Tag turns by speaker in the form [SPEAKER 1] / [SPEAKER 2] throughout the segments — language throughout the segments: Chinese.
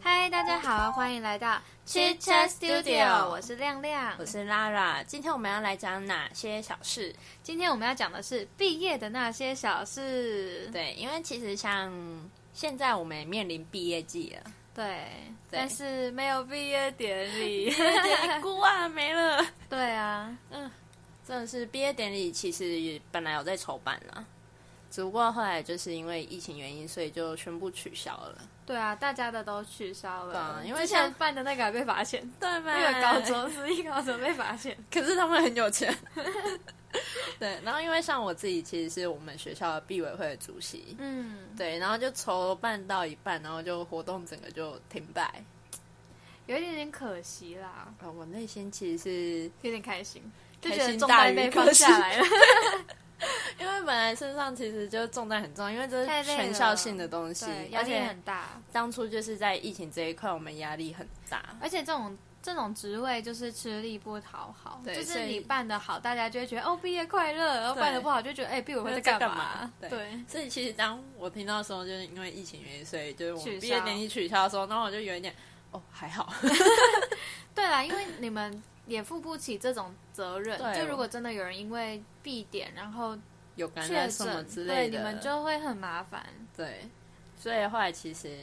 [SPEAKER 1] 嗨，大家好，欢迎来到 Chit Chat Studio，我是亮亮
[SPEAKER 2] 我。是 Lara，今天我们要来讲哪些小事？
[SPEAKER 1] 今天我们要讲的是毕业的那些小事。
[SPEAKER 2] 对，因为其实像现在我们也面临毕业季了，
[SPEAKER 1] 对，但是没有毕业典 礼。
[SPEAKER 2] 姑啊没了，
[SPEAKER 1] 对啊，
[SPEAKER 2] 真的是毕业典礼其实也本来有在筹办啦，只不过后来就是因为疫情原因，所以就全部取消了。
[SPEAKER 1] 对啊，大家的都取消了。
[SPEAKER 2] 对啊因为
[SPEAKER 1] 之前
[SPEAKER 2] 像
[SPEAKER 1] 办的那个还被罚钱，
[SPEAKER 2] 对吧
[SPEAKER 1] 那个高中私立高中被罚钱。
[SPEAKER 2] 可是他们很有 钱。对，然后因为像我自己其实是我们学校的毕委会的主席，
[SPEAKER 1] 嗯，
[SPEAKER 2] 对，然后就筹办到一半，然后就活动整个就停摆。
[SPEAKER 1] 有一点点可惜啦，
[SPEAKER 2] 啊、我内心其实是
[SPEAKER 1] 有点开心，就
[SPEAKER 2] 开
[SPEAKER 1] 觉得
[SPEAKER 2] 心
[SPEAKER 1] 重
[SPEAKER 2] 大
[SPEAKER 1] 担
[SPEAKER 2] 于
[SPEAKER 1] 被
[SPEAKER 2] 可
[SPEAKER 1] 放下
[SPEAKER 2] 惜
[SPEAKER 1] 来了。
[SPEAKER 2] 因为本来身上其实就重担很重，因为这
[SPEAKER 1] 太
[SPEAKER 2] 是
[SPEAKER 1] 累了
[SPEAKER 2] 全校性的东西
[SPEAKER 1] 对，，压
[SPEAKER 2] 而
[SPEAKER 1] 力
[SPEAKER 2] 且
[SPEAKER 1] 很大。
[SPEAKER 2] 当初就是在疫情这一块，我们压力很大。
[SPEAKER 1] 而且这种这种职位就是吃力不讨好，
[SPEAKER 2] 对
[SPEAKER 1] 就是
[SPEAKER 2] 所以
[SPEAKER 1] 你办的好，大家就会觉得哦毕业快乐，然后
[SPEAKER 2] 对
[SPEAKER 1] 办的不好就觉得哎毕委会在干嘛？
[SPEAKER 2] 在干嘛对所以其实当我听到的时候，就是因为疫情原因，所以就是我
[SPEAKER 1] 取消
[SPEAKER 2] 们毕业典礼取消的时候，那我就有一点哦还好，
[SPEAKER 1] 对啦，因为你们也负不起这种责任。
[SPEAKER 2] 对
[SPEAKER 1] 就如果真的有人因为必点然后
[SPEAKER 2] 有感
[SPEAKER 1] 确
[SPEAKER 2] 染什么
[SPEAKER 1] 诊，
[SPEAKER 2] 之
[SPEAKER 1] 对
[SPEAKER 2] 类
[SPEAKER 1] 你
[SPEAKER 2] 的，
[SPEAKER 1] 们就会很麻烦。
[SPEAKER 2] 对。所以后来其实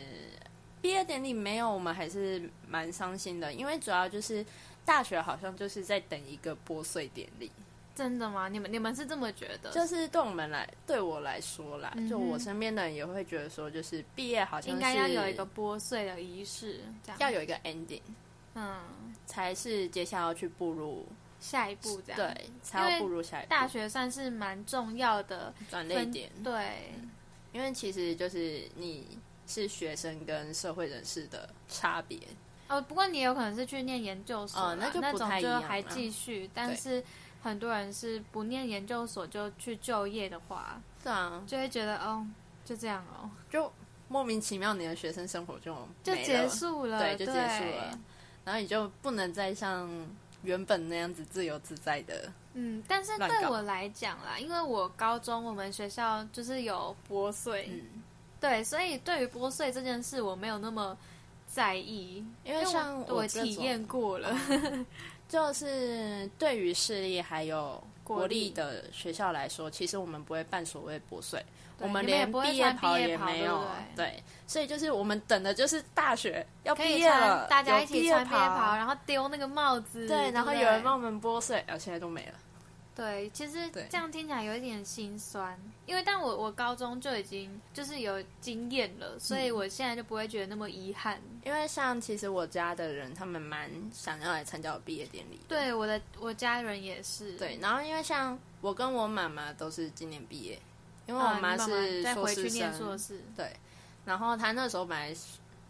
[SPEAKER 2] 毕业典礼没有，我们还是蛮伤心的，因为主要就是大学好像就是在等一个拨穗典礼。
[SPEAKER 1] 真的吗？你们你们是这么觉得？
[SPEAKER 2] 就是对我们来，对我来说啦，
[SPEAKER 1] 嗯哼
[SPEAKER 2] 就我身边的人也会觉得说，就是毕业好像
[SPEAKER 1] 应该要
[SPEAKER 2] 是
[SPEAKER 1] 有一个拨穗的仪式，这样
[SPEAKER 2] 要有一个 ending，
[SPEAKER 1] 嗯
[SPEAKER 2] 才是接下来要去步入
[SPEAKER 1] 下一步这样。，
[SPEAKER 2] 对，才要步入下一步
[SPEAKER 1] 嗯大学算是蛮重要的
[SPEAKER 2] 转
[SPEAKER 1] 分
[SPEAKER 2] 类点，
[SPEAKER 1] 对，
[SPEAKER 2] 因为其实就是你是学生跟社会人士的差别，
[SPEAKER 1] 哦，不过你也有可能是去念研究所啦，
[SPEAKER 2] 哦那就不
[SPEAKER 1] 种
[SPEAKER 2] 太一
[SPEAKER 1] 就
[SPEAKER 2] 样
[SPEAKER 1] 还
[SPEAKER 2] 啦
[SPEAKER 1] 继续，但
[SPEAKER 2] 对
[SPEAKER 1] 是很多人是不念研究所就去就业的话，
[SPEAKER 2] 对啊，
[SPEAKER 1] 就会觉得哦，就这样哦，
[SPEAKER 2] 就莫名其妙你的学生生活就
[SPEAKER 1] 就
[SPEAKER 2] 没了
[SPEAKER 1] 结，束了，
[SPEAKER 2] 对，就结束了，然后你就不能再像原本那样子自由自在的，
[SPEAKER 1] 嗯，但是
[SPEAKER 2] 乱
[SPEAKER 1] 对
[SPEAKER 2] 搞
[SPEAKER 1] 我来讲啦，因为我高中我们学校就是有拨穗，
[SPEAKER 2] 嗯，
[SPEAKER 1] 对，所以对于拨穗这件事我没有那么在意，
[SPEAKER 2] 因为
[SPEAKER 1] 我
[SPEAKER 2] 像
[SPEAKER 1] 我
[SPEAKER 2] 这种哦
[SPEAKER 1] 体验过了，
[SPEAKER 2] 就是对于市立还有国立的学校来说，其实我们不会办所谓博税，
[SPEAKER 1] 对
[SPEAKER 2] 我们
[SPEAKER 1] 你也
[SPEAKER 2] 连
[SPEAKER 1] 不会
[SPEAKER 2] 毕业
[SPEAKER 1] 穿
[SPEAKER 2] 跑
[SPEAKER 1] 毕
[SPEAKER 2] 也
[SPEAKER 1] 业袍
[SPEAKER 2] 没
[SPEAKER 1] 对
[SPEAKER 2] 有
[SPEAKER 1] 不对
[SPEAKER 2] 所以就是我们等的就是大学要
[SPEAKER 1] 可
[SPEAKER 2] 毕
[SPEAKER 1] 以
[SPEAKER 2] 业
[SPEAKER 1] 穿
[SPEAKER 2] 了，
[SPEAKER 1] 大家
[SPEAKER 2] 有
[SPEAKER 1] 一起
[SPEAKER 2] 业
[SPEAKER 1] 穿毕业袍，
[SPEAKER 2] 袍，
[SPEAKER 1] 然后丢那个帽子，
[SPEAKER 2] 对，然
[SPEAKER 1] 不
[SPEAKER 2] 后有人帮我们拨税，啊，现在都没了，
[SPEAKER 1] 对，其实
[SPEAKER 2] 对
[SPEAKER 1] 这样听起来有一点心酸，因为但我我高中就已经就是有经验了，所
[SPEAKER 2] 嗯
[SPEAKER 1] 以我现在就不会觉得那么遗憾。
[SPEAKER 2] 因为像其实我家的人他们蛮想要来参加我毕业典礼的，
[SPEAKER 1] 对，我的我家人也是，
[SPEAKER 2] 对，然后因为像我跟我妈妈都是今年毕业，因为我
[SPEAKER 1] 啊，你妈
[SPEAKER 2] 是
[SPEAKER 1] 再
[SPEAKER 2] 硕
[SPEAKER 1] 回去
[SPEAKER 2] 士
[SPEAKER 1] 念
[SPEAKER 2] 生，
[SPEAKER 1] 硕士，
[SPEAKER 2] 然后他那时候本来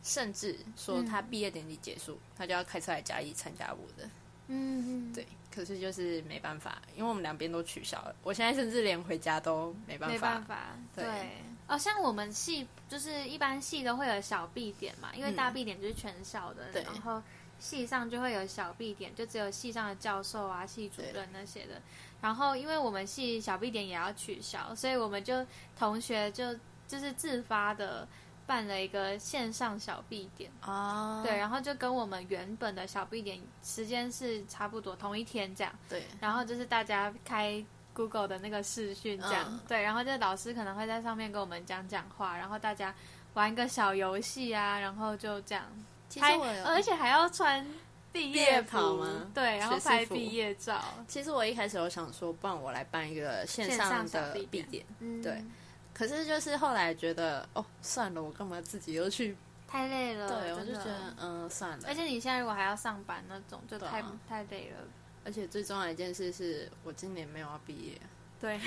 [SPEAKER 2] 甚至说
[SPEAKER 1] 嗯
[SPEAKER 2] 他毕业典礼结束，他就要开车来嘉义参加我的，
[SPEAKER 1] 嗯，嗯，
[SPEAKER 2] 对。可是就是没办法，因为我们两边都取消了。我现在甚至连回家都没办
[SPEAKER 1] 没
[SPEAKER 2] 法。
[SPEAKER 1] 办法，
[SPEAKER 2] 对
[SPEAKER 1] 哦，像我们系就是一般系都会有小 B 点嘛，因为
[SPEAKER 2] 嗯
[SPEAKER 1] 大 B 点就是全校的，
[SPEAKER 2] 对
[SPEAKER 1] 然后系上就会有小 B 点，就只有系上的教授啊、系主任那些的。然后因为我们系小 B 点也要取消，所以我们就同学就就是自发的办了一个线上小 B 点，
[SPEAKER 2] 哦
[SPEAKER 1] 对，然后就跟我们原本的小 B 点时间是差不多，同一天这样。
[SPEAKER 2] 对
[SPEAKER 1] 然后就是大家开 Google 的那个视讯这样，
[SPEAKER 2] 嗯
[SPEAKER 1] 对，然后就老师可能会在上面跟我们讲讲话，然后大家玩个小游戏啊，然后就这样
[SPEAKER 2] 其
[SPEAKER 1] 拍，呃
[SPEAKER 2] 实我有
[SPEAKER 1] 而且还要穿毕
[SPEAKER 2] 毕
[SPEAKER 1] 业
[SPEAKER 2] 业
[SPEAKER 1] 服
[SPEAKER 2] 袍吗
[SPEAKER 1] 对，然后
[SPEAKER 2] 学士
[SPEAKER 1] 拍
[SPEAKER 2] 嗯服
[SPEAKER 1] 毕业照，
[SPEAKER 2] 其实我一开始有想说，不然我来办一个线
[SPEAKER 1] 线
[SPEAKER 2] 上
[SPEAKER 1] 上小
[SPEAKER 2] 的
[SPEAKER 1] 毕业
[SPEAKER 2] 毕业。
[SPEAKER 1] 嗯，
[SPEAKER 2] 对，可是就是后来觉得，哦，算了，我干嘛自己又去？
[SPEAKER 1] 太累了，
[SPEAKER 2] 对，
[SPEAKER 1] 真
[SPEAKER 2] 我就
[SPEAKER 1] 的
[SPEAKER 2] 觉得，嗯，算了。
[SPEAKER 1] 而且你现在如果还要上班那种，就
[SPEAKER 2] 对啊
[SPEAKER 1] 太、太累了。
[SPEAKER 2] 而且最重要的一件事是我今年没有要毕业。
[SPEAKER 1] 对，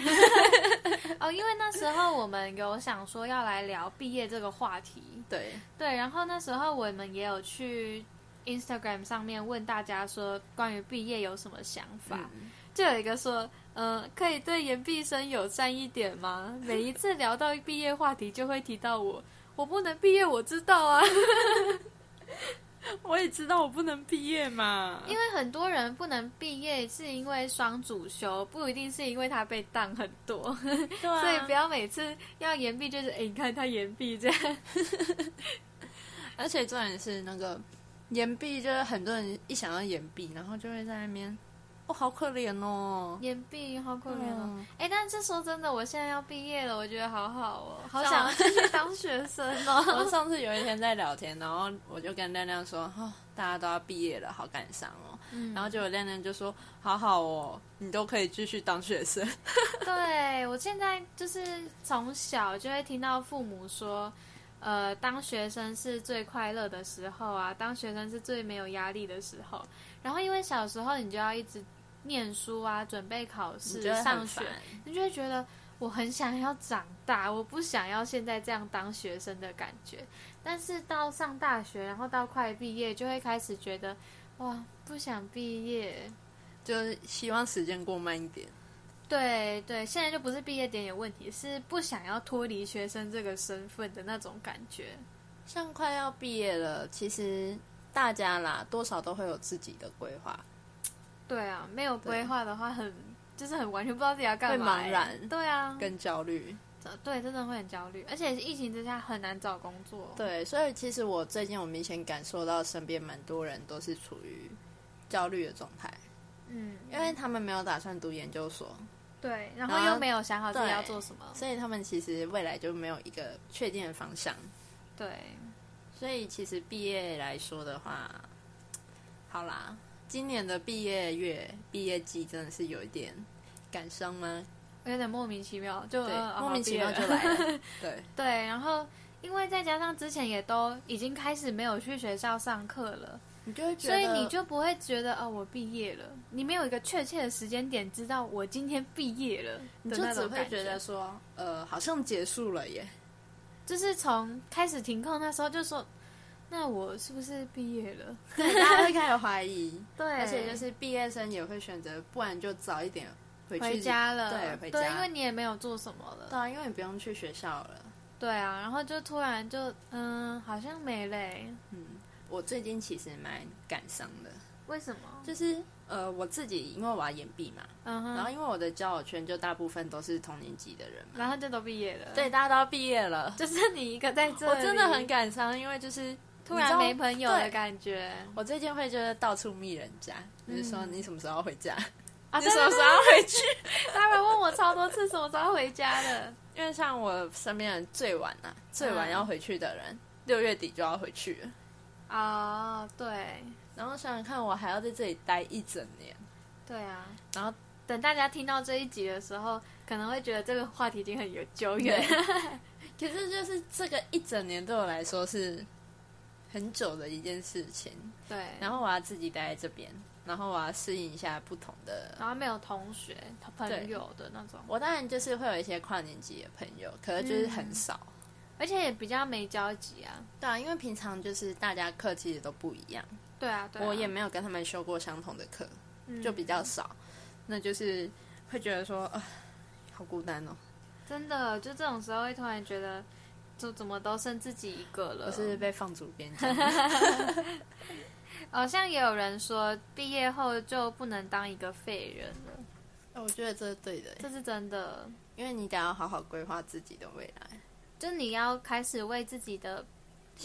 [SPEAKER 1] 哦，因为那时候我们有想说要来聊毕业这个话题，
[SPEAKER 2] 对，
[SPEAKER 1] 对，然后那时候我们也有去 Instagram 上面问大家说关于毕业有什么想法，
[SPEAKER 2] 嗯
[SPEAKER 1] 就有一个说，呃，可以对研毕生友善一点吗？ 每一次聊到毕业话题就会提到我，我不能毕业，我知道啊，
[SPEAKER 2] 我也知道我不能毕业嘛，
[SPEAKER 1] 因为很多人不能毕业是因为双主修，不一定是因为他被当很多，
[SPEAKER 2] 对啊
[SPEAKER 1] 所以不要每次要研毕就是，哎，你看他研毕这样，
[SPEAKER 2] 而且重点是那个岩壁，就是很多人一想到岩壁，然后就会在那边，哦，好可怜哦，
[SPEAKER 1] 岩壁好可
[SPEAKER 2] 可
[SPEAKER 1] 怜哦。
[SPEAKER 2] 嗯
[SPEAKER 1] 哎、但是说真的，我现在要毕业了，我觉得好好哦，好
[SPEAKER 2] 是 啊
[SPEAKER 1] 想继续当学生
[SPEAKER 2] 我
[SPEAKER 1] 哦。
[SPEAKER 2] 上次有一天在聊天，然后我就跟亮亮说，哦，大家都要毕业了，好感伤哦。
[SPEAKER 1] 嗯
[SPEAKER 2] 然后结果亮亮就说，好好哦，你都可以继续当学生。
[SPEAKER 1] 对我现在就是从小就会听到父母说，呃，当学生是最快乐的时候啊，当学生是最没有压力的时候。然后因为小时候你就要一直念书啊，准备考
[SPEAKER 2] 你
[SPEAKER 1] 试
[SPEAKER 2] 觉得、很
[SPEAKER 1] 上学
[SPEAKER 2] 烦，
[SPEAKER 1] 你就会觉得我很想要长大，我不想要现在这样当学生的感觉。但是到上大学，然后到快毕业，就会开始觉得，哇，不想毕业。
[SPEAKER 2] 就是希望时间过慢一点。
[SPEAKER 1] 对对，现在就不是毕业典礼的问题，是不想要脱离学生这个身份的那种感觉。
[SPEAKER 2] 像快要毕业了，其实大家啦多少都会有自己的规划，
[SPEAKER 1] 对啊，没有规划的话很，就是很完全不知道自己要干嘛、
[SPEAKER 2] 会
[SPEAKER 1] 欸
[SPEAKER 2] 茫然
[SPEAKER 1] 对啊，
[SPEAKER 2] 跟焦虑。
[SPEAKER 1] 对，真的会很焦虑，而且疫情之下很难找工作。
[SPEAKER 2] 对，所以其实我最近我明显感受到身边蛮多人都是处于焦虑的状态，
[SPEAKER 1] 嗯，
[SPEAKER 2] 因为他们没有打算读研究所，
[SPEAKER 1] 对，然
[SPEAKER 2] 然
[SPEAKER 1] 后
[SPEAKER 2] 后
[SPEAKER 1] 又没有想好自己
[SPEAKER 2] 对
[SPEAKER 1] 要做什么。
[SPEAKER 2] 所以他们其实未来就没有一个确定的方向。
[SPEAKER 1] 对，
[SPEAKER 2] 所以其实毕业来说的话，好啦，今年的毕业月、毕业季真的是有一点感伤吗？
[SPEAKER 1] 我有点莫名其妙，就
[SPEAKER 2] 对，
[SPEAKER 1] 呃
[SPEAKER 2] 莫名其妙就。
[SPEAKER 1] 好毕业了
[SPEAKER 2] 来了。对，
[SPEAKER 1] 对，然后因为再加上之前也都已经开始没有去学校上课了，
[SPEAKER 2] 你就会觉
[SPEAKER 1] 所
[SPEAKER 2] 得，
[SPEAKER 1] 以你就不会觉得哦，我毕业了，你没有一个确切的时间点知道我今天毕业了
[SPEAKER 2] 你
[SPEAKER 1] 的
[SPEAKER 2] 就
[SPEAKER 1] 那
[SPEAKER 2] 只
[SPEAKER 1] 种
[SPEAKER 2] 会
[SPEAKER 1] 感
[SPEAKER 2] 觉得说，呃，好像结束了 耶。
[SPEAKER 1] 就是从开始停课那时候就说，那我是不是毕业了？
[SPEAKER 2] 对，大家会开始怀疑。
[SPEAKER 1] 对，
[SPEAKER 2] 而且就是毕业生也会选择，不然就早一点回去
[SPEAKER 1] 回家了，
[SPEAKER 2] 对，回家。
[SPEAKER 1] 因为你也没有做什么了
[SPEAKER 2] 对，啊，因为你不用去学校了。
[SPEAKER 1] 对啊，然后就突然就嗯，好像没嘞，
[SPEAKER 2] 嗯，我最近其实蛮感伤的，
[SPEAKER 1] 为什么？
[SPEAKER 2] 就是呃，我自己因为我要延毕嘛，
[SPEAKER 1] 嗯哼，
[SPEAKER 2] 然后因为我的交友圈就大部分都是同年级的人嘛，
[SPEAKER 1] 然后就都毕业了，
[SPEAKER 2] 对，，大家都要毕业了，
[SPEAKER 1] 就是你一个在这里，
[SPEAKER 2] 我真的很感伤，因为就是
[SPEAKER 1] 突然没
[SPEAKER 2] 你知道
[SPEAKER 1] 朋友的
[SPEAKER 2] 对
[SPEAKER 1] 感觉
[SPEAKER 2] 我最近会就是到处密人家，就是说
[SPEAKER 1] 嗯
[SPEAKER 2] 你什么时候要回家，
[SPEAKER 1] 啊！
[SPEAKER 2] 你
[SPEAKER 1] 对
[SPEAKER 2] 什
[SPEAKER 1] 对
[SPEAKER 2] 么时
[SPEAKER 1] 对，
[SPEAKER 2] 候要回去，
[SPEAKER 1] 他们问我超多次什么时候回家的，
[SPEAKER 2] 因为像我身边人最晚啊，最晚要回去的人，六月底就要回去了。
[SPEAKER 1] 哦，对
[SPEAKER 2] 然后想想看，我还要在这里待一整年。
[SPEAKER 1] 对啊，
[SPEAKER 2] 然后
[SPEAKER 1] 等大家听到这一集的时候，可能会觉得这个话题已经很有久远，
[SPEAKER 2] 可是就是这个一整年对我来说是很久的一件事情。
[SPEAKER 1] 对，
[SPEAKER 2] 然后我要自己待在这边，然后我要适应一下不同的。
[SPEAKER 1] 然后没有同学、朋友的那种，
[SPEAKER 2] 我当然就是会有一些跨年级的朋友，可是就是很少。
[SPEAKER 1] 而且也比较没交集啊。
[SPEAKER 2] 对啊，因为平常就是大家课其实都不一样，
[SPEAKER 1] 对啊，对啊
[SPEAKER 2] 我也没有跟他们修过相同的课，
[SPEAKER 1] 嗯
[SPEAKER 2] 就比较少。那就是会觉得说，啊、好孤单哦。
[SPEAKER 1] 真的，就这种时候会突然觉得，就怎么都剩自己一个了。
[SPEAKER 2] 我是被放逐边疆。
[SPEAKER 1] 好、像也有人说，毕业后就不能当一个废人了，
[SPEAKER 2] 我觉得这是对的，
[SPEAKER 1] 这是真的。
[SPEAKER 2] 因为你得要好好规划自己的未来，
[SPEAKER 1] 就你要开始为自己的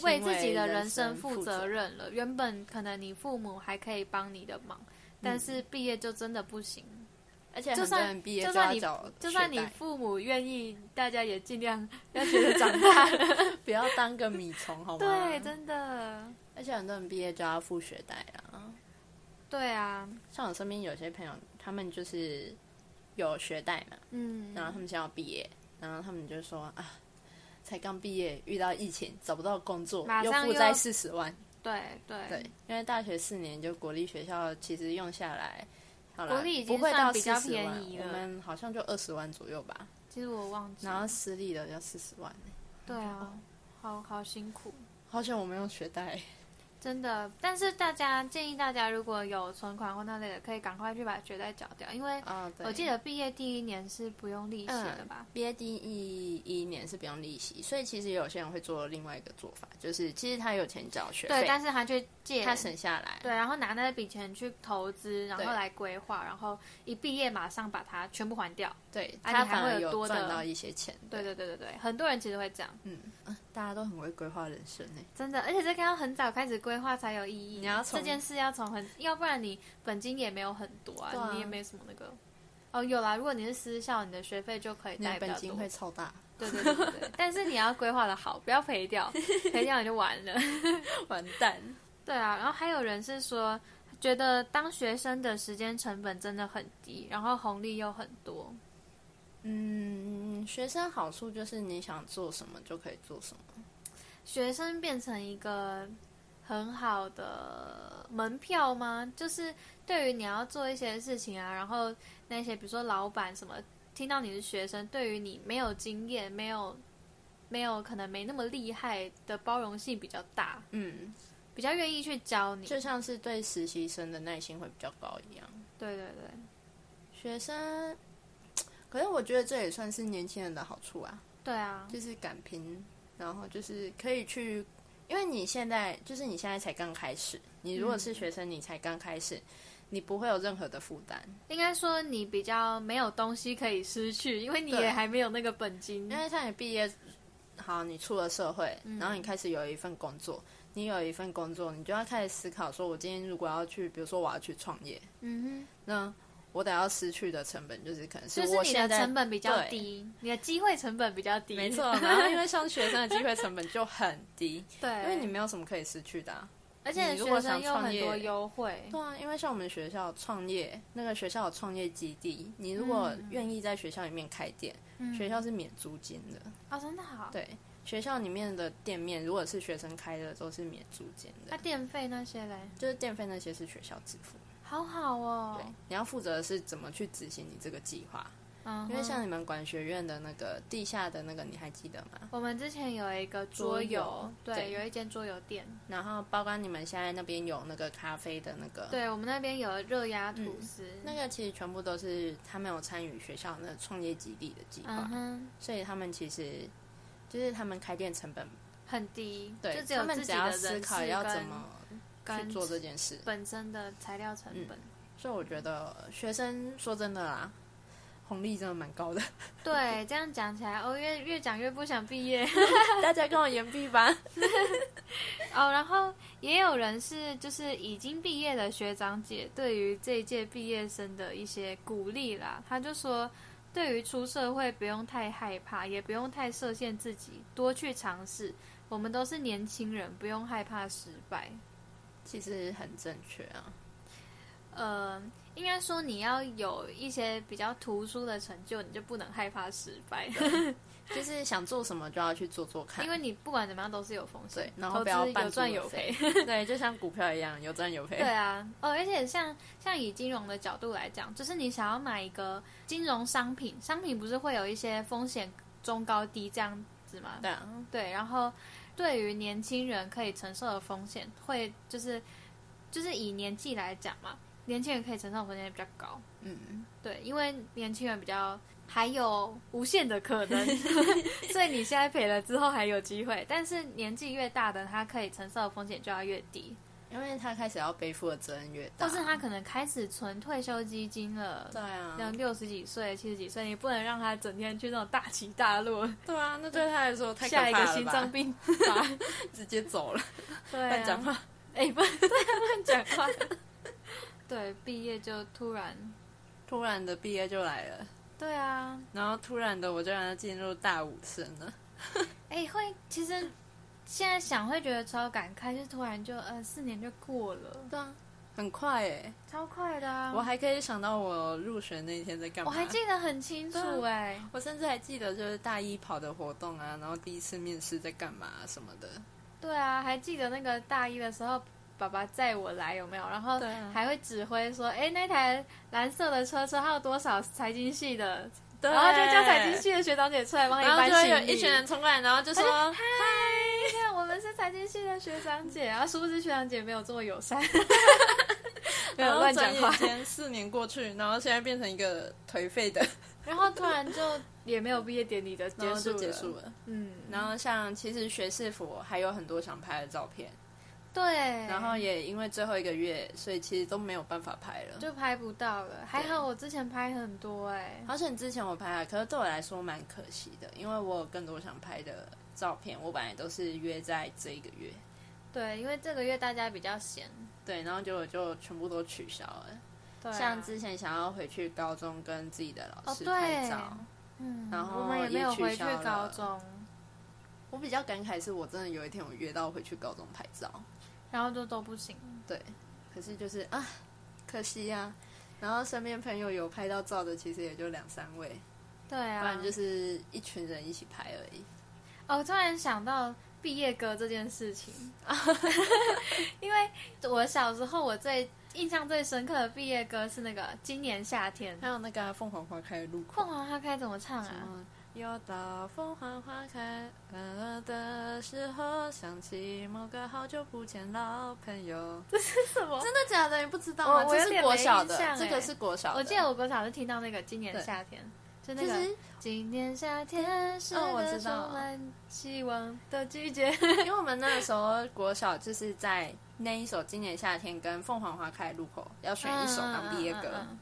[SPEAKER 1] 为自己的人生负责任了。原本可能你父母还可以帮你的忙，
[SPEAKER 2] 嗯
[SPEAKER 1] 但是毕业就真的不行。
[SPEAKER 2] 而且
[SPEAKER 1] 就
[SPEAKER 2] 很多
[SPEAKER 1] 算
[SPEAKER 2] 人毕业
[SPEAKER 1] 就
[SPEAKER 2] 就
[SPEAKER 1] 算
[SPEAKER 2] 要
[SPEAKER 1] 你
[SPEAKER 2] 找
[SPEAKER 1] 就算你
[SPEAKER 2] 学贷
[SPEAKER 1] 父母愿意，大家也尽量要学着长大。
[SPEAKER 2] 不要当个米虫， 好吗？
[SPEAKER 1] 对，真的，
[SPEAKER 2] 而且很多人毕业就要付学贷啦。
[SPEAKER 1] 对啊，
[SPEAKER 2] 像我身边有些朋友，他们就是有学贷嘛，
[SPEAKER 1] 嗯，
[SPEAKER 2] 然后他们现在要毕业，然后他们就说啊，才刚毕业遇到疫情，找不到工作
[SPEAKER 1] 马，上
[SPEAKER 2] 负债
[SPEAKER 1] 又
[SPEAKER 2] 四十万。
[SPEAKER 1] 对对
[SPEAKER 2] 对，因为大学四年就国立学校，其实用下来。好啦
[SPEAKER 1] 国立已经
[SPEAKER 2] 不会到
[SPEAKER 1] 算比较
[SPEAKER 2] 40万
[SPEAKER 1] 便宜了
[SPEAKER 2] 我们好像就二十万左右吧。
[SPEAKER 1] 其实我忘记，
[SPEAKER 2] 然后私立的要四十万、欸，
[SPEAKER 1] 对啊，好好辛苦。
[SPEAKER 2] 好险我没有学贷。
[SPEAKER 1] 真的，但是大家建议大家如果有存款或那类的，可以赶快去把学贷缴掉，因为
[SPEAKER 2] 啊，对，嗯
[SPEAKER 1] 我记得毕业第一年是不用利息的吧？
[SPEAKER 2] 毕业第一一年是不用利息，所以其实有些人会做另外一个做法，就是其实他有钱缴学
[SPEAKER 1] 对，
[SPEAKER 2] 费，
[SPEAKER 1] 但是他去借，
[SPEAKER 2] 他省下来，
[SPEAKER 1] 对，然后拿那笔钱去投资，然后
[SPEAKER 2] 对
[SPEAKER 1] 来规划，然后一毕业马上把它全部还掉。
[SPEAKER 2] 对
[SPEAKER 1] 啊
[SPEAKER 2] 他
[SPEAKER 1] 你还
[SPEAKER 2] 反
[SPEAKER 1] 会
[SPEAKER 2] 而
[SPEAKER 1] 有
[SPEAKER 2] 有
[SPEAKER 1] 多的
[SPEAKER 2] 赚到一些钱。
[SPEAKER 1] 对对对对对，很多人其实会这样。
[SPEAKER 2] 嗯，大家都很会规划人生欸呢、
[SPEAKER 1] 真的，而且这个要很早开始规划才有意义。
[SPEAKER 2] 你要从
[SPEAKER 1] 这件事要从很，要不然你本金也没有很多啊，
[SPEAKER 2] 对啊
[SPEAKER 1] 你也没什么那个。哦，有啦，如果你是私校，你的学费就可以
[SPEAKER 2] 你
[SPEAKER 1] 带比
[SPEAKER 2] 的本
[SPEAKER 1] 较
[SPEAKER 2] 金
[SPEAKER 1] 多
[SPEAKER 2] 会。超大，
[SPEAKER 1] 对对对对对，但是你要规划的好，不要赔 掉，赔掉你就 完了。
[SPEAKER 2] 完蛋。
[SPEAKER 1] 对啊，然后还有人是说，觉得当学生的时间成本真的很低，然后红利又很多。
[SPEAKER 2] 嗯，学生好处就是你想做什么就可以做什么。
[SPEAKER 1] 学生变成一个很好的门票吗？就是对于你要做一些事情啊，然后那些比如说老板什么，听到你是学生，对于你没有经验、没有没有可能没那么厉害的包容性比较大，
[SPEAKER 2] 嗯，
[SPEAKER 1] 比较愿意去教你。
[SPEAKER 2] 就像是对实习生的耐心会比较高一样。
[SPEAKER 1] 对对对，
[SPEAKER 2] 学生，可是我觉得这也算是年轻人的好处啊，
[SPEAKER 1] 对啊，
[SPEAKER 2] 就是敢拼，然后就是可以去，因为你现在就是你现在才刚开始，你如果
[SPEAKER 1] 嗯
[SPEAKER 2] 是学生，你才刚开始，你不会有任何的负担，
[SPEAKER 1] 应该说你比较没有东西可以失去，因为你
[SPEAKER 2] 对
[SPEAKER 1] 也还没有那个本金
[SPEAKER 2] 因。为像你毕业，好，你出了社会，
[SPEAKER 1] 嗯
[SPEAKER 2] 然后你开始有一份工作，你有一份工作，你就要开始思考，说我今天如果要去，比如说我要去创业，
[SPEAKER 1] 嗯
[SPEAKER 2] 那我得要失去的成本就是可能
[SPEAKER 1] 哼，就是
[SPEAKER 2] 我
[SPEAKER 1] 你的
[SPEAKER 2] 现在
[SPEAKER 1] 成本比较
[SPEAKER 2] 对
[SPEAKER 1] 低，你的机会成本比较低。
[SPEAKER 2] 没错， 然后因为像学生的机会成本就很低，
[SPEAKER 1] 对，
[SPEAKER 2] 因为你没有什么可以失去的、啊。
[SPEAKER 1] 而且
[SPEAKER 2] 你如果
[SPEAKER 1] 学生
[SPEAKER 2] 想
[SPEAKER 1] 有
[SPEAKER 2] 创
[SPEAKER 1] 很
[SPEAKER 2] 业
[SPEAKER 1] 多优惠，
[SPEAKER 2] 对啊，因为像我们学校创业，那个学校有创业基地，你如果
[SPEAKER 1] 嗯
[SPEAKER 2] 愿意在学校里面开店，
[SPEAKER 1] 嗯
[SPEAKER 2] 学校是免租金的。
[SPEAKER 1] 哦，真的好。，
[SPEAKER 2] 对，学校里面的店面如果是学生开的，都是免租金
[SPEAKER 1] 那
[SPEAKER 2] 的，
[SPEAKER 1] 电费那些嘞，
[SPEAKER 2] 就是电费那些是学校支付。
[SPEAKER 1] 好好哦
[SPEAKER 2] 对。，你要负责的是怎么去执行你这个计划，
[SPEAKER 1] 嗯哼，
[SPEAKER 2] 因为像你们管学院的那个地下的那个，你还记得吗？
[SPEAKER 1] 我们之前有一个
[SPEAKER 2] 桌
[SPEAKER 1] 桌
[SPEAKER 2] 游
[SPEAKER 1] 游，
[SPEAKER 2] 对
[SPEAKER 1] 对，嗯有一间桌游店，
[SPEAKER 2] 然后包括你们现在那边有那个咖啡的那个，
[SPEAKER 1] 对我们那边有热压吐
[SPEAKER 2] 嗯
[SPEAKER 1] 司，
[SPEAKER 2] 那个其实全部都是他们有参与学校那创业基地的计划，
[SPEAKER 1] 嗯哼，
[SPEAKER 2] 所以他们其实就是他们开店成本，
[SPEAKER 1] 很低，
[SPEAKER 2] 对
[SPEAKER 1] 就只
[SPEAKER 2] 他
[SPEAKER 1] 有
[SPEAKER 2] 们
[SPEAKER 1] 自
[SPEAKER 2] 只
[SPEAKER 1] 己
[SPEAKER 2] 要
[SPEAKER 1] 的
[SPEAKER 2] 思
[SPEAKER 1] 人
[SPEAKER 2] 考
[SPEAKER 1] 事
[SPEAKER 2] 要怎
[SPEAKER 1] 跟
[SPEAKER 2] 么去
[SPEAKER 1] 跟
[SPEAKER 2] 做这件事，
[SPEAKER 1] 本身的材料成本。
[SPEAKER 2] 所以我觉得学生说真的啦，红利真的蛮高的，
[SPEAKER 1] 对，这样讲起来，哦，越越讲越不想毕业
[SPEAKER 2] 大家跟我言必吧。
[SPEAKER 1] 哦。然后也有人是就是已经毕业的学长姐，对于这一届毕业生的一些鼓励啦，他就说，对于出社会不用太害怕，也不用太设限自己，多去尝试。我们都是年轻人，不用害怕失败。
[SPEAKER 2] 其实很正确啊，
[SPEAKER 1] 呃，应该说你要有一些比较突出的成就，你就不能害怕失败，
[SPEAKER 2] 就是想做什么就要去做做看，
[SPEAKER 1] 因为你不管怎么样都是有风险
[SPEAKER 2] 对，然后
[SPEAKER 1] 投
[SPEAKER 2] 不要
[SPEAKER 1] 资
[SPEAKER 2] 半
[SPEAKER 1] 有
[SPEAKER 2] 途
[SPEAKER 1] 赚
[SPEAKER 2] 而
[SPEAKER 1] 有
[SPEAKER 2] 废
[SPEAKER 1] 赔。
[SPEAKER 2] 对，就像股票一样，有赚有赔。
[SPEAKER 1] 对啊，哦，而且像像以金融的角度来讲，就是你想要买一个金融商品，商品不是会有一些风险中高低这样子吗？
[SPEAKER 2] 对啊，
[SPEAKER 1] 对，然后对于年轻人可以承受的风险，会就是就是以年纪来讲嘛，年轻人可以承受的风险比较高。
[SPEAKER 2] 嗯，
[SPEAKER 1] 对，因为年轻人比较还有无限的可能， 所以你现在赔了之后还有机会，但是年纪越大的，他可以承受的风险就要越低。
[SPEAKER 2] 因为他开始要背负的责任越大，
[SPEAKER 1] 或是他可能开始存退休基金了，
[SPEAKER 2] 对啊，
[SPEAKER 1] 像六十几岁、七十几岁，你不能让他整天去那种大起大落，
[SPEAKER 2] 对啊，那对他来说太可
[SPEAKER 1] 下一
[SPEAKER 2] 怕
[SPEAKER 1] 个
[SPEAKER 2] 了
[SPEAKER 1] 心
[SPEAKER 2] 吧
[SPEAKER 1] 脏 病发。
[SPEAKER 2] 直接走了，
[SPEAKER 1] 对、
[SPEAKER 2] 乱
[SPEAKER 1] 啊，
[SPEAKER 2] 讲话。
[SPEAKER 1] 哎、不对，乱讲话。对，毕业就突然，
[SPEAKER 2] 突然的毕业就来了，
[SPEAKER 1] 对啊，
[SPEAKER 2] 然后突然的我就让他进入大五生了。
[SPEAKER 1] 哎、会其实现在想会觉得超感慨，就突然就呃四年就过了，
[SPEAKER 2] 对啊，很快哎、
[SPEAKER 1] 超快的啊！
[SPEAKER 2] 我还可以想到我入学那一天在干
[SPEAKER 1] 我
[SPEAKER 2] 嘛。
[SPEAKER 1] 还记得很清楚
[SPEAKER 2] 对
[SPEAKER 1] 哎、
[SPEAKER 2] 我甚至还记得就是大一跑的活动啊，然后第一次面试在干嘛、什么的。
[SPEAKER 1] 对啊，还记得那个大一的时候，爸爸载我来有没有？然后
[SPEAKER 2] 对啊
[SPEAKER 1] 还会指挥说，哎、那台蓝色的车车还有多少财经系的？
[SPEAKER 2] 对
[SPEAKER 1] 然后就叫财经系的学长姐出来帮你
[SPEAKER 2] 然后
[SPEAKER 1] 搬
[SPEAKER 2] 就会
[SPEAKER 1] 行
[SPEAKER 2] 有
[SPEAKER 1] 李。
[SPEAKER 2] 一群人冲过来，然 后就说
[SPEAKER 1] 嗨，看我们是财经系的学长姐，然后殊不知学长姐没有这么友善， 没有
[SPEAKER 2] 然后
[SPEAKER 1] 乱讲
[SPEAKER 2] 转
[SPEAKER 1] 话
[SPEAKER 2] 眼，间四年过去，然后现在变成一个颓废的，
[SPEAKER 1] 然后突然就也没有毕业典礼的结
[SPEAKER 2] 然后
[SPEAKER 1] 束
[SPEAKER 2] 就
[SPEAKER 1] 了，
[SPEAKER 2] 结束了。
[SPEAKER 1] 嗯，
[SPEAKER 2] 然后像其实学士服还有很多想拍的照片，
[SPEAKER 1] 对，
[SPEAKER 2] 然后也因为最后一个月，所以其实都没有办法拍了。
[SPEAKER 1] 就拍不到了。还好我之前拍很多哎、
[SPEAKER 2] 好险之前我拍了，可是对我来说蛮可惜的，因为我有更多想拍的照片，我本来都是约在这一个月，
[SPEAKER 1] 对，因为这个月大家比较闲，
[SPEAKER 2] 对，然后结果就全部都取消了。
[SPEAKER 1] 对啊、
[SPEAKER 2] 像之前想要回去高中跟自己的老
[SPEAKER 1] 哦
[SPEAKER 2] 师
[SPEAKER 1] 对
[SPEAKER 2] 拍照，
[SPEAKER 1] 嗯，
[SPEAKER 2] 然后
[SPEAKER 1] 我们也没有
[SPEAKER 2] 也取
[SPEAKER 1] 回去
[SPEAKER 2] 消了
[SPEAKER 1] 高中，
[SPEAKER 2] 我比较感慨是我真的有一天我约到回去高中拍照，
[SPEAKER 1] 然后就都不行。
[SPEAKER 2] 可是就是啊，可惜呀、然后身边朋友有拍到照的，其实也就两三位，
[SPEAKER 1] 对
[SPEAKER 2] 不
[SPEAKER 1] 啊，
[SPEAKER 2] 然就是一群人一起拍而已。
[SPEAKER 1] 哦，突然想到毕业歌这件事 情，因为我小时候我最印象最深刻的毕业歌是那个《今年夏天》，
[SPEAKER 2] 还有那个啊凤、凰花开的路
[SPEAKER 1] 凤凰花开怎么唱
[SPEAKER 2] 什
[SPEAKER 1] 啊？
[SPEAKER 2] 么？又到凤凰花开了的时候，想起某个好久不见老朋 友。
[SPEAKER 1] 是什么？
[SPEAKER 2] 真的假的？你不知道
[SPEAKER 1] 我
[SPEAKER 2] 吗？
[SPEAKER 1] 我有
[SPEAKER 2] 这是
[SPEAKER 1] 点
[SPEAKER 2] 国
[SPEAKER 1] 没
[SPEAKER 2] 小
[SPEAKER 1] 印
[SPEAKER 2] 的
[SPEAKER 1] 象，
[SPEAKER 2] 这个
[SPEAKER 1] 欸
[SPEAKER 2] 是国小的。
[SPEAKER 1] 我记得我国小是听到那个《今年
[SPEAKER 2] 对
[SPEAKER 1] 夏天》，就那
[SPEAKER 2] 其
[SPEAKER 1] 个。
[SPEAKER 2] 实，
[SPEAKER 1] 今年夏天是
[SPEAKER 2] 哦我
[SPEAKER 1] 个
[SPEAKER 2] 知道
[SPEAKER 1] 充满希望的季节。
[SPEAKER 2] 因为我们那个时候国小就是在那一首《今年夏天》跟《凤凰花开的路口》要选 一首当毕业歌。
[SPEAKER 1] 嗯嗯嗯嗯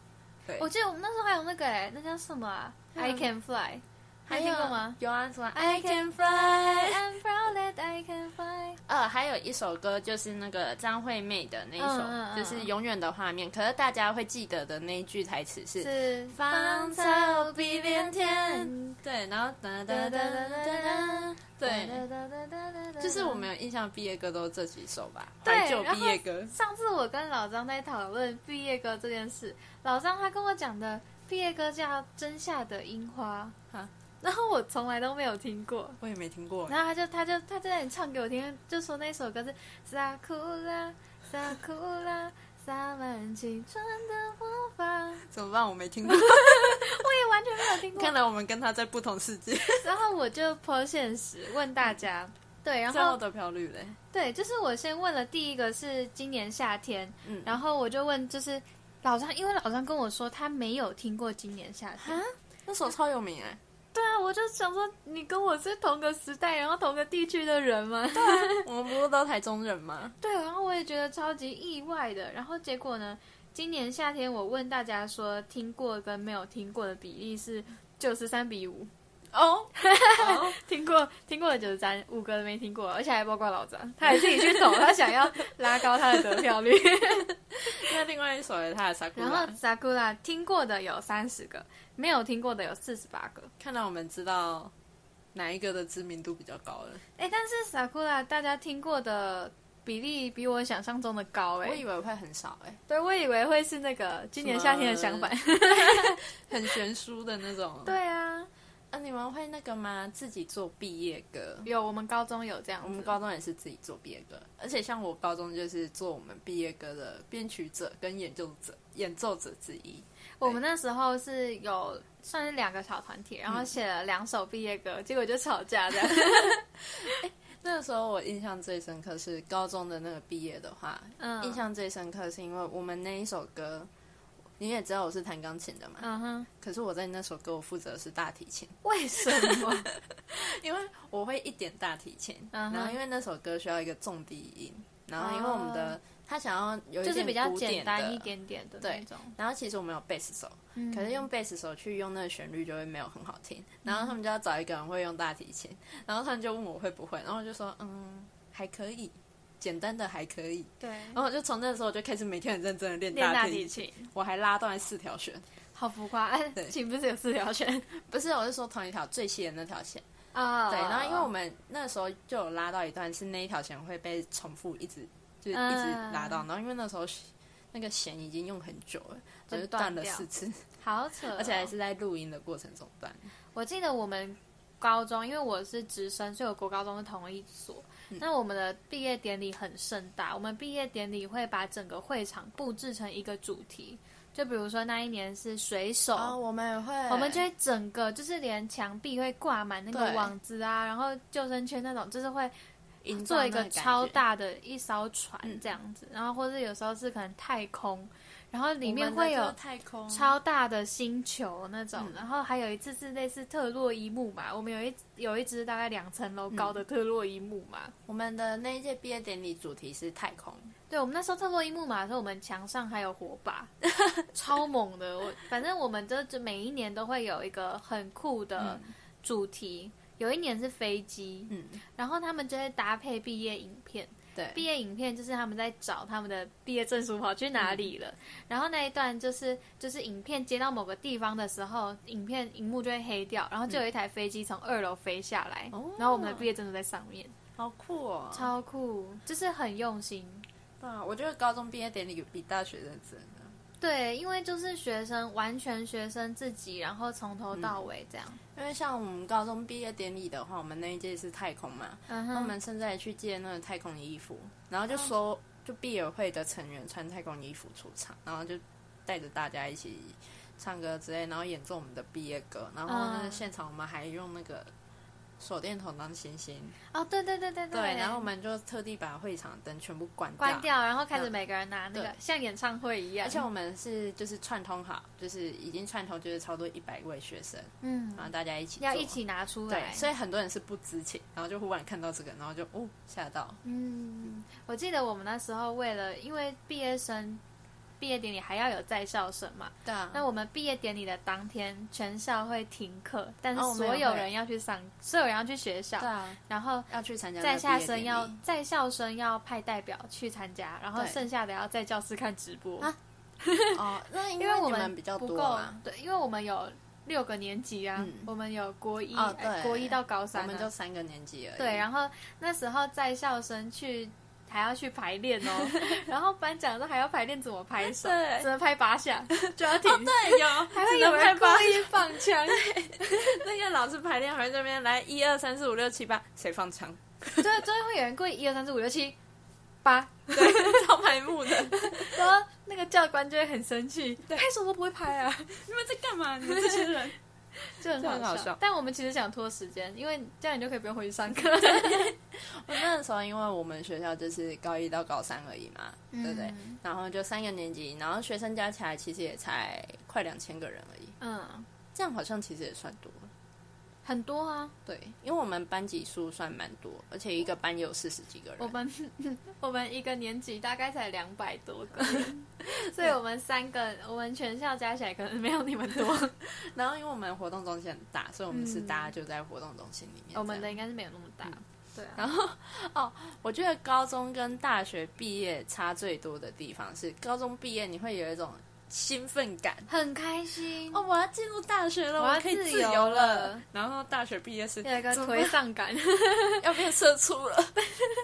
[SPEAKER 2] 对，
[SPEAKER 1] 我记得我们那时候还有那个哎，那叫什么啊
[SPEAKER 2] 嗯
[SPEAKER 1] ？I Can Fly，
[SPEAKER 2] 还
[SPEAKER 1] 你
[SPEAKER 2] 有
[SPEAKER 1] 听过吗？
[SPEAKER 2] 有啊，什么
[SPEAKER 1] I
[SPEAKER 2] I
[SPEAKER 1] can
[SPEAKER 2] Can Fly。
[SPEAKER 1] I'm proud that I can fly。
[SPEAKER 2] 呃，还有一首歌就是那个张惠妹的那一首，
[SPEAKER 1] 嗯嗯嗯
[SPEAKER 2] 就是《永远的画面》。可是大家会记得的那一句台词是
[SPEAKER 1] 是
[SPEAKER 2] 芳草碧连天。对，然后哒哒哒哒哒哒，对，
[SPEAKER 1] 对
[SPEAKER 2] 就是我们有印象的毕业歌都是这几首吧，
[SPEAKER 1] 对
[SPEAKER 2] 怀旧毕业歌。
[SPEAKER 1] 上次我跟老张在讨论毕业歌这件事，老张他跟我讲的毕业歌叫《真夏的樱花》
[SPEAKER 2] 啊，
[SPEAKER 1] 然后我从来都没有听过。
[SPEAKER 2] 我也没听过，
[SPEAKER 1] 然后他就他就他就在那里唱给我听，就说那首歌是撒库拉撒库拉洒满青春的魔法，我
[SPEAKER 2] 怎么办？我没听 过，
[SPEAKER 1] 也完全没有听过。
[SPEAKER 2] 看来我们跟他在不同世界。
[SPEAKER 1] 然后我就抛现实问大家，对，然
[SPEAKER 2] 最后
[SPEAKER 1] 后
[SPEAKER 2] 得票率嘞，
[SPEAKER 1] 对，就是我先问了第一个是今年夏天，
[SPEAKER 2] 嗯，
[SPEAKER 1] 然后我就问就是老张，因为老张跟我说他没有听过今年夏天，
[SPEAKER 2] 啊，那首超有名哎，
[SPEAKER 1] 对啊，我就想说你跟我是同个时代，然后同个地区的人吗？
[SPEAKER 2] 我们不是都台中人吗？
[SPEAKER 1] 对，然后我也觉得超级意外的。然后结果呢，今年夏天我问大家说听过跟没有听过的比例是九十三比五，
[SPEAKER 2] 哦，哦
[SPEAKER 1] 听过听过的九十三，五个没听过，而且还包括老张，他还自己去投，他想要拉高他的得票率。
[SPEAKER 2] 那另外一首嘞，他的《傻姑
[SPEAKER 1] 然
[SPEAKER 2] 娘
[SPEAKER 1] 后》，Sakura 听过的有三十个，没有听过的有四十八个。
[SPEAKER 2] 看来我们知道哪一个的知名度比较高了。
[SPEAKER 1] 哎，但是 Sakura 大家听过的比例比我想象中的高
[SPEAKER 2] 我
[SPEAKER 1] 哎
[SPEAKER 2] 以，为会很少哎，
[SPEAKER 1] 对我以为会是那个今年夏天的相反。
[SPEAKER 2] 很悬殊的那种。
[SPEAKER 1] 对啊，
[SPEAKER 2] 啊，你们会那个吗？自己做毕业歌？
[SPEAKER 1] 有我们高中有这样子，
[SPEAKER 2] 我们高中也是自己做毕业歌，而且像我高中就是做我们毕业歌的编曲者跟演奏者、演奏者之一。
[SPEAKER 1] 我们那时候是有算是两个小团体，然后写了两首毕业歌，结果就吵架这样。
[SPEAKER 2] 那个时候我印象最深刻是高中的那个毕业的话，
[SPEAKER 1] 嗯
[SPEAKER 2] 印象最深刻是因为我们那一首歌，你也知道我是弹钢琴的嘛，
[SPEAKER 1] 嗯哼，
[SPEAKER 2] 可是我在那首歌我负责的是大提琴，
[SPEAKER 1] 为什 么？
[SPEAKER 2] 因为我会一点大提琴，
[SPEAKER 1] 嗯哼
[SPEAKER 2] 然后因为那首歌需要一个重低音，然后因为我们的、他想要有一
[SPEAKER 1] 哦就是
[SPEAKER 2] 点
[SPEAKER 1] 比较
[SPEAKER 2] 古典
[SPEAKER 1] 简单
[SPEAKER 2] 的
[SPEAKER 1] 一点点的
[SPEAKER 2] 对
[SPEAKER 1] 那种。
[SPEAKER 2] 然后其实我们有贝斯手，
[SPEAKER 1] 嗯
[SPEAKER 2] 可是用贝斯手去用那个旋律就会没有很好听。然后他们就要找一个人会用大提琴，然后他们就问我会不会，然后我就说嗯还可以，简单的还可以。
[SPEAKER 1] 对
[SPEAKER 2] 然后我就从那时候我就开始每天很认真的练
[SPEAKER 1] 练哦大
[SPEAKER 2] 提
[SPEAKER 1] 提，琴，
[SPEAKER 2] 我还拉断四条弦，
[SPEAKER 1] 好浮夸。哎
[SPEAKER 2] 对，
[SPEAKER 1] 琴不是有四条 弦
[SPEAKER 2] 不是我是说同一条最细的那条线。
[SPEAKER 1] 啊
[SPEAKER 2] 对，然后因为我们那时候就有拉到一段是那一条弦会被重复一直就是一直拉到，然后因为那时候那个弦已经用很久了，
[SPEAKER 1] 就
[SPEAKER 2] 我就
[SPEAKER 1] 断
[SPEAKER 2] 断了
[SPEAKER 1] 掉
[SPEAKER 2] 四次，
[SPEAKER 1] 好扯哦，
[SPEAKER 2] 而且还是在录音的过程中断。
[SPEAKER 1] 我记得我们高中，因为我是直升，所以我国高中是同一所。
[SPEAKER 2] 嗯
[SPEAKER 1] 那我们的毕业典礼很盛大，我们毕业典礼会把整个会场布置成一个主题，就比如说那一年是水手。
[SPEAKER 2] 啊，我们也会，
[SPEAKER 1] 我们就会整个就是连墙壁会挂满那个
[SPEAKER 2] 对
[SPEAKER 1] 网子啊，然后救生圈那种，就是会
[SPEAKER 2] 营造
[SPEAKER 1] 做一
[SPEAKER 2] 那
[SPEAKER 1] 个
[SPEAKER 2] 感觉
[SPEAKER 1] 超，大的一艘船
[SPEAKER 2] 嗯
[SPEAKER 1] 这样子，然后或者有时候是可能太空，然后里
[SPEAKER 2] 我们
[SPEAKER 1] 面
[SPEAKER 2] 的
[SPEAKER 1] 会
[SPEAKER 2] 就是
[SPEAKER 1] 有
[SPEAKER 2] 太空
[SPEAKER 1] 超大的星球那种，
[SPEAKER 2] 嗯
[SPEAKER 1] 然后还有一次是类似特洛伊木马，我们有一有一只大概两层楼高的特洛伊木马。
[SPEAKER 2] 我们的那一届毕业典礼主题是太空，
[SPEAKER 1] 对我们那时候特洛伊木马的时候，我们墙上还有火 把，超猛的。我反正我们这这每一年都会有一个很酷的主题，有一年是飞机，
[SPEAKER 2] 嗯，
[SPEAKER 1] 然后他们就会搭配毕业影片。
[SPEAKER 2] 对，
[SPEAKER 1] 毕业影片就是他们在找他们的毕业证书跑去哪里了，然后那一段就是就是影片接到某个地方的时候，影片荧幕就会黑掉，然后就有一台飞机从二楼飞下来，
[SPEAKER 2] 哦
[SPEAKER 1] 然后我们的毕业证书在上面，
[SPEAKER 2] 好酷哦！
[SPEAKER 1] 超酷，就是很用心。
[SPEAKER 2] 对啊，我觉得高中毕业典礼比大学认真的。
[SPEAKER 1] 对，因为就是学生完全学生自己，然后从头到尾这样。
[SPEAKER 2] 因为像我们高中毕业典礼的话，我们那一届是太空嘛，
[SPEAKER 1] 嗯
[SPEAKER 2] 那我
[SPEAKER 1] 哼，
[SPEAKER 2] 们甚至还去借那个太空的衣服，然后就说、
[SPEAKER 1] 哦
[SPEAKER 2] 就毕业会的成员穿太空衣服出场，然后就带着大家一起唱歌之类，然后演奏我们的毕业歌，然后那个
[SPEAKER 1] 嗯
[SPEAKER 2] 现场我们还用那个手电筒当星星，
[SPEAKER 1] 哦，对对对对
[SPEAKER 2] 对，
[SPEAKER 1] 对，
[SPEAKER 2] 然后我们就特地把会场灯全部关掉，
[SPEAKER 1] 关掉，然后开始
[SPEAKER 2] 那
[SPEAKER 1] 每个人拿那个
[SPEAKER 2] 对
[SPEAKER 1] 像演唱会一样，
[SPEAKER 2] 而且我们是就是串通好，就是已经串通就是超多一百位学生，
[SPEAKER 1] 嗯
[SPEAKER 2] 然，后大家一起
[SPEAKER 1] 要
[SPEAKER 2] 做
[SPEAKER 1] 一起拿出来
[SPEAKER 2] 对，。所以很多人是不知情，然后就忽然看到这个，然后就哦吓到，
[SPEAKER 1] 嗯，我记得我们那时候为了，因为毕业生毕业典礼还要有在校生嘛，
[SPEAKER 2] 对啊
[SPEAKER 1] 那我们毕业典礼的当天，全校会停课，但是
[SPEAKER 2] 哦我们
[SPEAKER 1] 所
[SPEAKER 2] 也
[SPEAKER 1] 有
[SPEAKER 2] 会
[SPEAKER 1] 人要去上，所有人要去学校
[SPEAKER 2] 对，啊，
[SPEAKER 1] 然后
[SPEAKER 2] 要去参加
[SPEAKER 1] 在
[SPEAKER 2] 那
[SPEAKER 1] 校
[SPEAKER 2] 个毕业典
[SPEAKER 1] 生
[SPEAKER 2] 礼
[SPEAKER 1] 要在校生要派代表去参加，然后
[SPEAKER 2] 对
[SPEAKER 1] 剩下的要在教室看直播，
[SPEAKER 2] 啊哦，那因
[SPEAKER 1] 因为我
[SPEAKER 2] 你
[SPEAKER 1] 们
[SPEAKER 2] 比较
[SPEAKER 1] 不
[SPEAKER 2] 多啊
[SPEAKER 1] 够啊
[SPEAKER 2] 嘛，，
[SPEAKER 1] 对，因为我们有六个年级啊，
[SPEAKER 2] 嗯
[SPEAKER 1] 我们有国一、
[SPEAKER 2] 哦
[SPEAKER 1] 呃
[SPEAKER 2] 对
[SPEAKER 1] 国一到高
[SPEAKER 2] 我
[SPEAKER 1] 三、啊，
[SPEAKER 2] 们就三个年级而已。
[SPEAKER 1] 对，然后那时候在校生去还要去排练 哦，然后颁奖的时候还要排练怎么拍手，
[SPEAKER 2] 对
[SPEAKER 1] 只能拍八下 就要停，
[SPEAKER 2] 对有，
[SPEAKER 1] 还
[SPEAKER 2] 还
[SPEAKER 1] 会哦有人故意放枪，
[SPEAKER 2] 那个老师排练，还会这边来一二三四五六七八，谁放枪？
[SPEAKER 1] 对，真的会有人故意一二三四五六七八，
[SPEAKER 2] 对，超白目的。
[SPEAKER 1] 然后那个教官就会很生气，拍手都不会拍 啊，
[SPEAKER 2] 你们在干嘛？你们这些人。
[SPEAKER 1] 就很
[SPEAKER 2] 就很好
[SPEAKER 1] 好
[SPEAKER 2] 笑
[SPEAKER 1] 但我们其实想拖时间，因为这样你就可以不用回去上课。
[SPEAKER 2] 我哦那时候因为我们学校就是高一到高三而已嘛，对不对？
[SPEAKER 1] 嗯
[SPEAKER 2] 然后就三个年级，然后学生加起来其实也才快两千个人而已，
[SPEAKER 1] 嗯，
[SPEAKER 2] 这样好像其实也算多了。
[SPEAKER 1] 很多啊，
[SPEAKER 2] 对，因为我们班级数算蛮多，而且一个班也有四十几个人。
[SPEAKER 1] 我们我们一个年级大概才两百多个人， 所以我们三个我们全校加起来可能没有你们多，
[SPEAKER 2] 然后因为我们活动中心很大，所以我们是
[SPEAKER 1] 嗯
[SPEAKER 2] 大家就在活动中心里面这 样。
[SPEAKER 1] 我们的应该是没有那么大。对啊，
[SPEAKER 2] 然后哦，我觉得高中跟大学毕业差最多的地方是，高中毕业你会有一种兴奋感。
[SPEAKER 1] 很开心
[SPEAKER 2] 哦，，我要进入大学了，
[SPEAKER 1] 我
[SPEAKER 2] 我
[SPEAKER 1] 要
[SPEAKER 2] 可以
[SPEAKER 1] 自
[SPEAKER 2] 自
[SPEAKER 1] 由
[SPEAKER 2] 由
[SPEAKER 1] 了
[SPEAKER 2] 然后大学毕业是
[SPEAKER 1] 有一个
[SPEAKER 2] 怎么
[SPEAKER 1] 颓丧感。
[SPEAKER 2] 办 要变社畜了，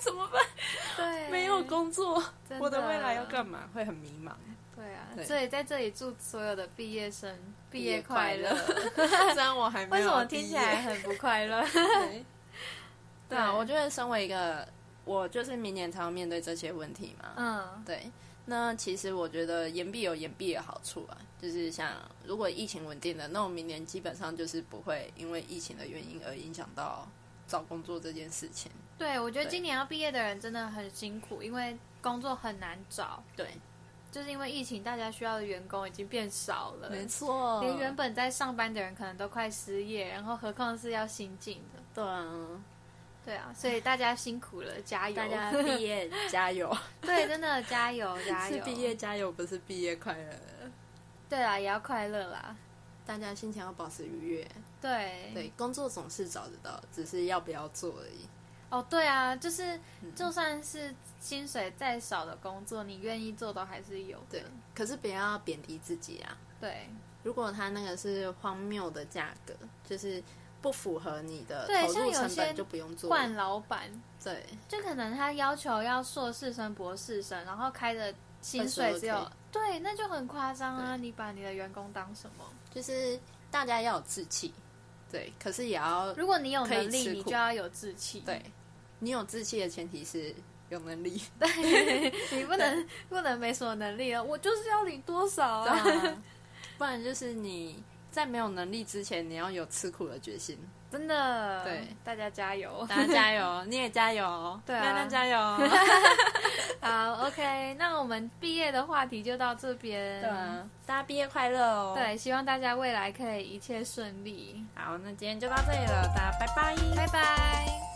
[SPEAKER 2] 怎么办？
[SPEAKER 1] 对，
[SPEAKER 2] 没有工作，
[SPEAKER 1] 真
[SPEAKER 2] 我的未来要干嘛？会很迷 茫。
[SPEAKER 1] 对啊，
[SPEAKER 2] 对
[SPEAKER 1] 所以在这里祝所有的毕业生毕业
[SPEAKER 2] 快
[SPEAKER 1] 快乐。！
[SPEAKER 2] 虽然我还 没
[SPEAKER 1] 为
[SPEAKER 2] 有
[SPEAKER 1] 什么听起来 很不快乐？
[SPEAKER 2] 对，对啊，
[SPEAKER 1] 对
[SPEAKER 2] 我觉得身为一个，我就是明年才要面对这些问题嘛。
[SPEAKER 1] 嗯，
[SPEAKER 2] 对，那其实我觉得延毕有延毕的好处啊，就是像如果疫情稳定了，那我明年基本上就是不会因为疫情的原因而影响到找工作这件事情。
[SPEAKER 1] 对，我觉得
[SPEAKER 2] 对
[SPEAKER 1] 今年要毕业的人真的很辛苦，因为工作很难找，
[SPEAKER 2] 对，
[SPEAKER 1] 就是因为疫情，大家需要的员工已经变少了。
[SPEAKER 2] 错
[SPEAKER 1] 连原本在上班的人可能都快失业，然后何况是要新进的，
[SPEAKER 2] 对啊，
[SPEAKER 1] 对啊，所以大家辛苦了，加油！
[SPEAKER 2] 大家毕业加油，
[SPEAKER 1] 对，真的加油加
[SPEAKER 2] 是
[SPEAKER 1] 油！
[SPEAKER 2] 毕业加油，不是毕业快乐。
[SPEAKER 1] 对啊，也要快乐啦。
[SPEAKER 2] 大家心情要保持愉悦，
[SPEAKER 1] 对
[SPEAKER 2] 对，工作总是找得到，只是要不要做而已。
[SPEAKER 1] 哦，对啊，
[SPEAKER 2] 嗯
[SPEAKER 1] 就是就算是薪水再少的工作，你愿意做都还是有的
[SPEAKER 2] 对。，可是不要贬低自己啊。
[SPEAKER 1] 对
[SPEAKER 2] 如果他那个是荒谬的价格，就是不符合你的
[SPEAKER 1] 对
[SPEAKER 2] 投入
[SPEAKER 1] 像有
[SPEAKER 2] 成
[SPEAKER 1] 些
[SPEAKER 2] 本，就不用做。
[SPEAKER 1] 换老板
[SPEAKER 2] 对，
[SPEAKER 1] 就可能他要求要硕士生、博士生，然后开的薪水只
[SPEAKER 2] 二
[SPEAKER 1] 有
[SPEAKER 2] 十
[SPEAKER 1] 对，那就很夸张啊！你把你的员工当什么？
[SPEAKER 2] 就是大家要有志气，对，可是也要
[SPEAKER 1] 如果你有能
[SPEAKER 2] 可以
[SPEAKER 1] 力，
[SPEAKER 2] 吃苦
[SPEAKER 1] 你就要有志气。
[SPEAKER 2] 对，你有志气的前提是有能力。
[SPEAKER 1] 你不能不能没什么能力了，我就是要领多少啊！
[SPEAKER 2] 不然就是你在没有能力之前，你要有吃苦的决心。
[SPEAKER 1] 真的，
[SPEAKER 2] 对，
[SPEAKER 1] 大家加油！
[SPEAKER 2] 大家加油，你也加油，
[SPEAKER 1] 对啊
[SPEAKER 2] 亮亮加油。
[SPEAKER 1] 好，OK，那我们毕业的话题就到这边。
[SPEAKER 2] 对啊，大家毕业快乐哦。，
[SPEAKER 1] 对，希望大家未来可以一切顺利，
[SPEAKER 2] 好，那今天就到这里了，大家拜拜。
[SPEAKER 1] 拜拜。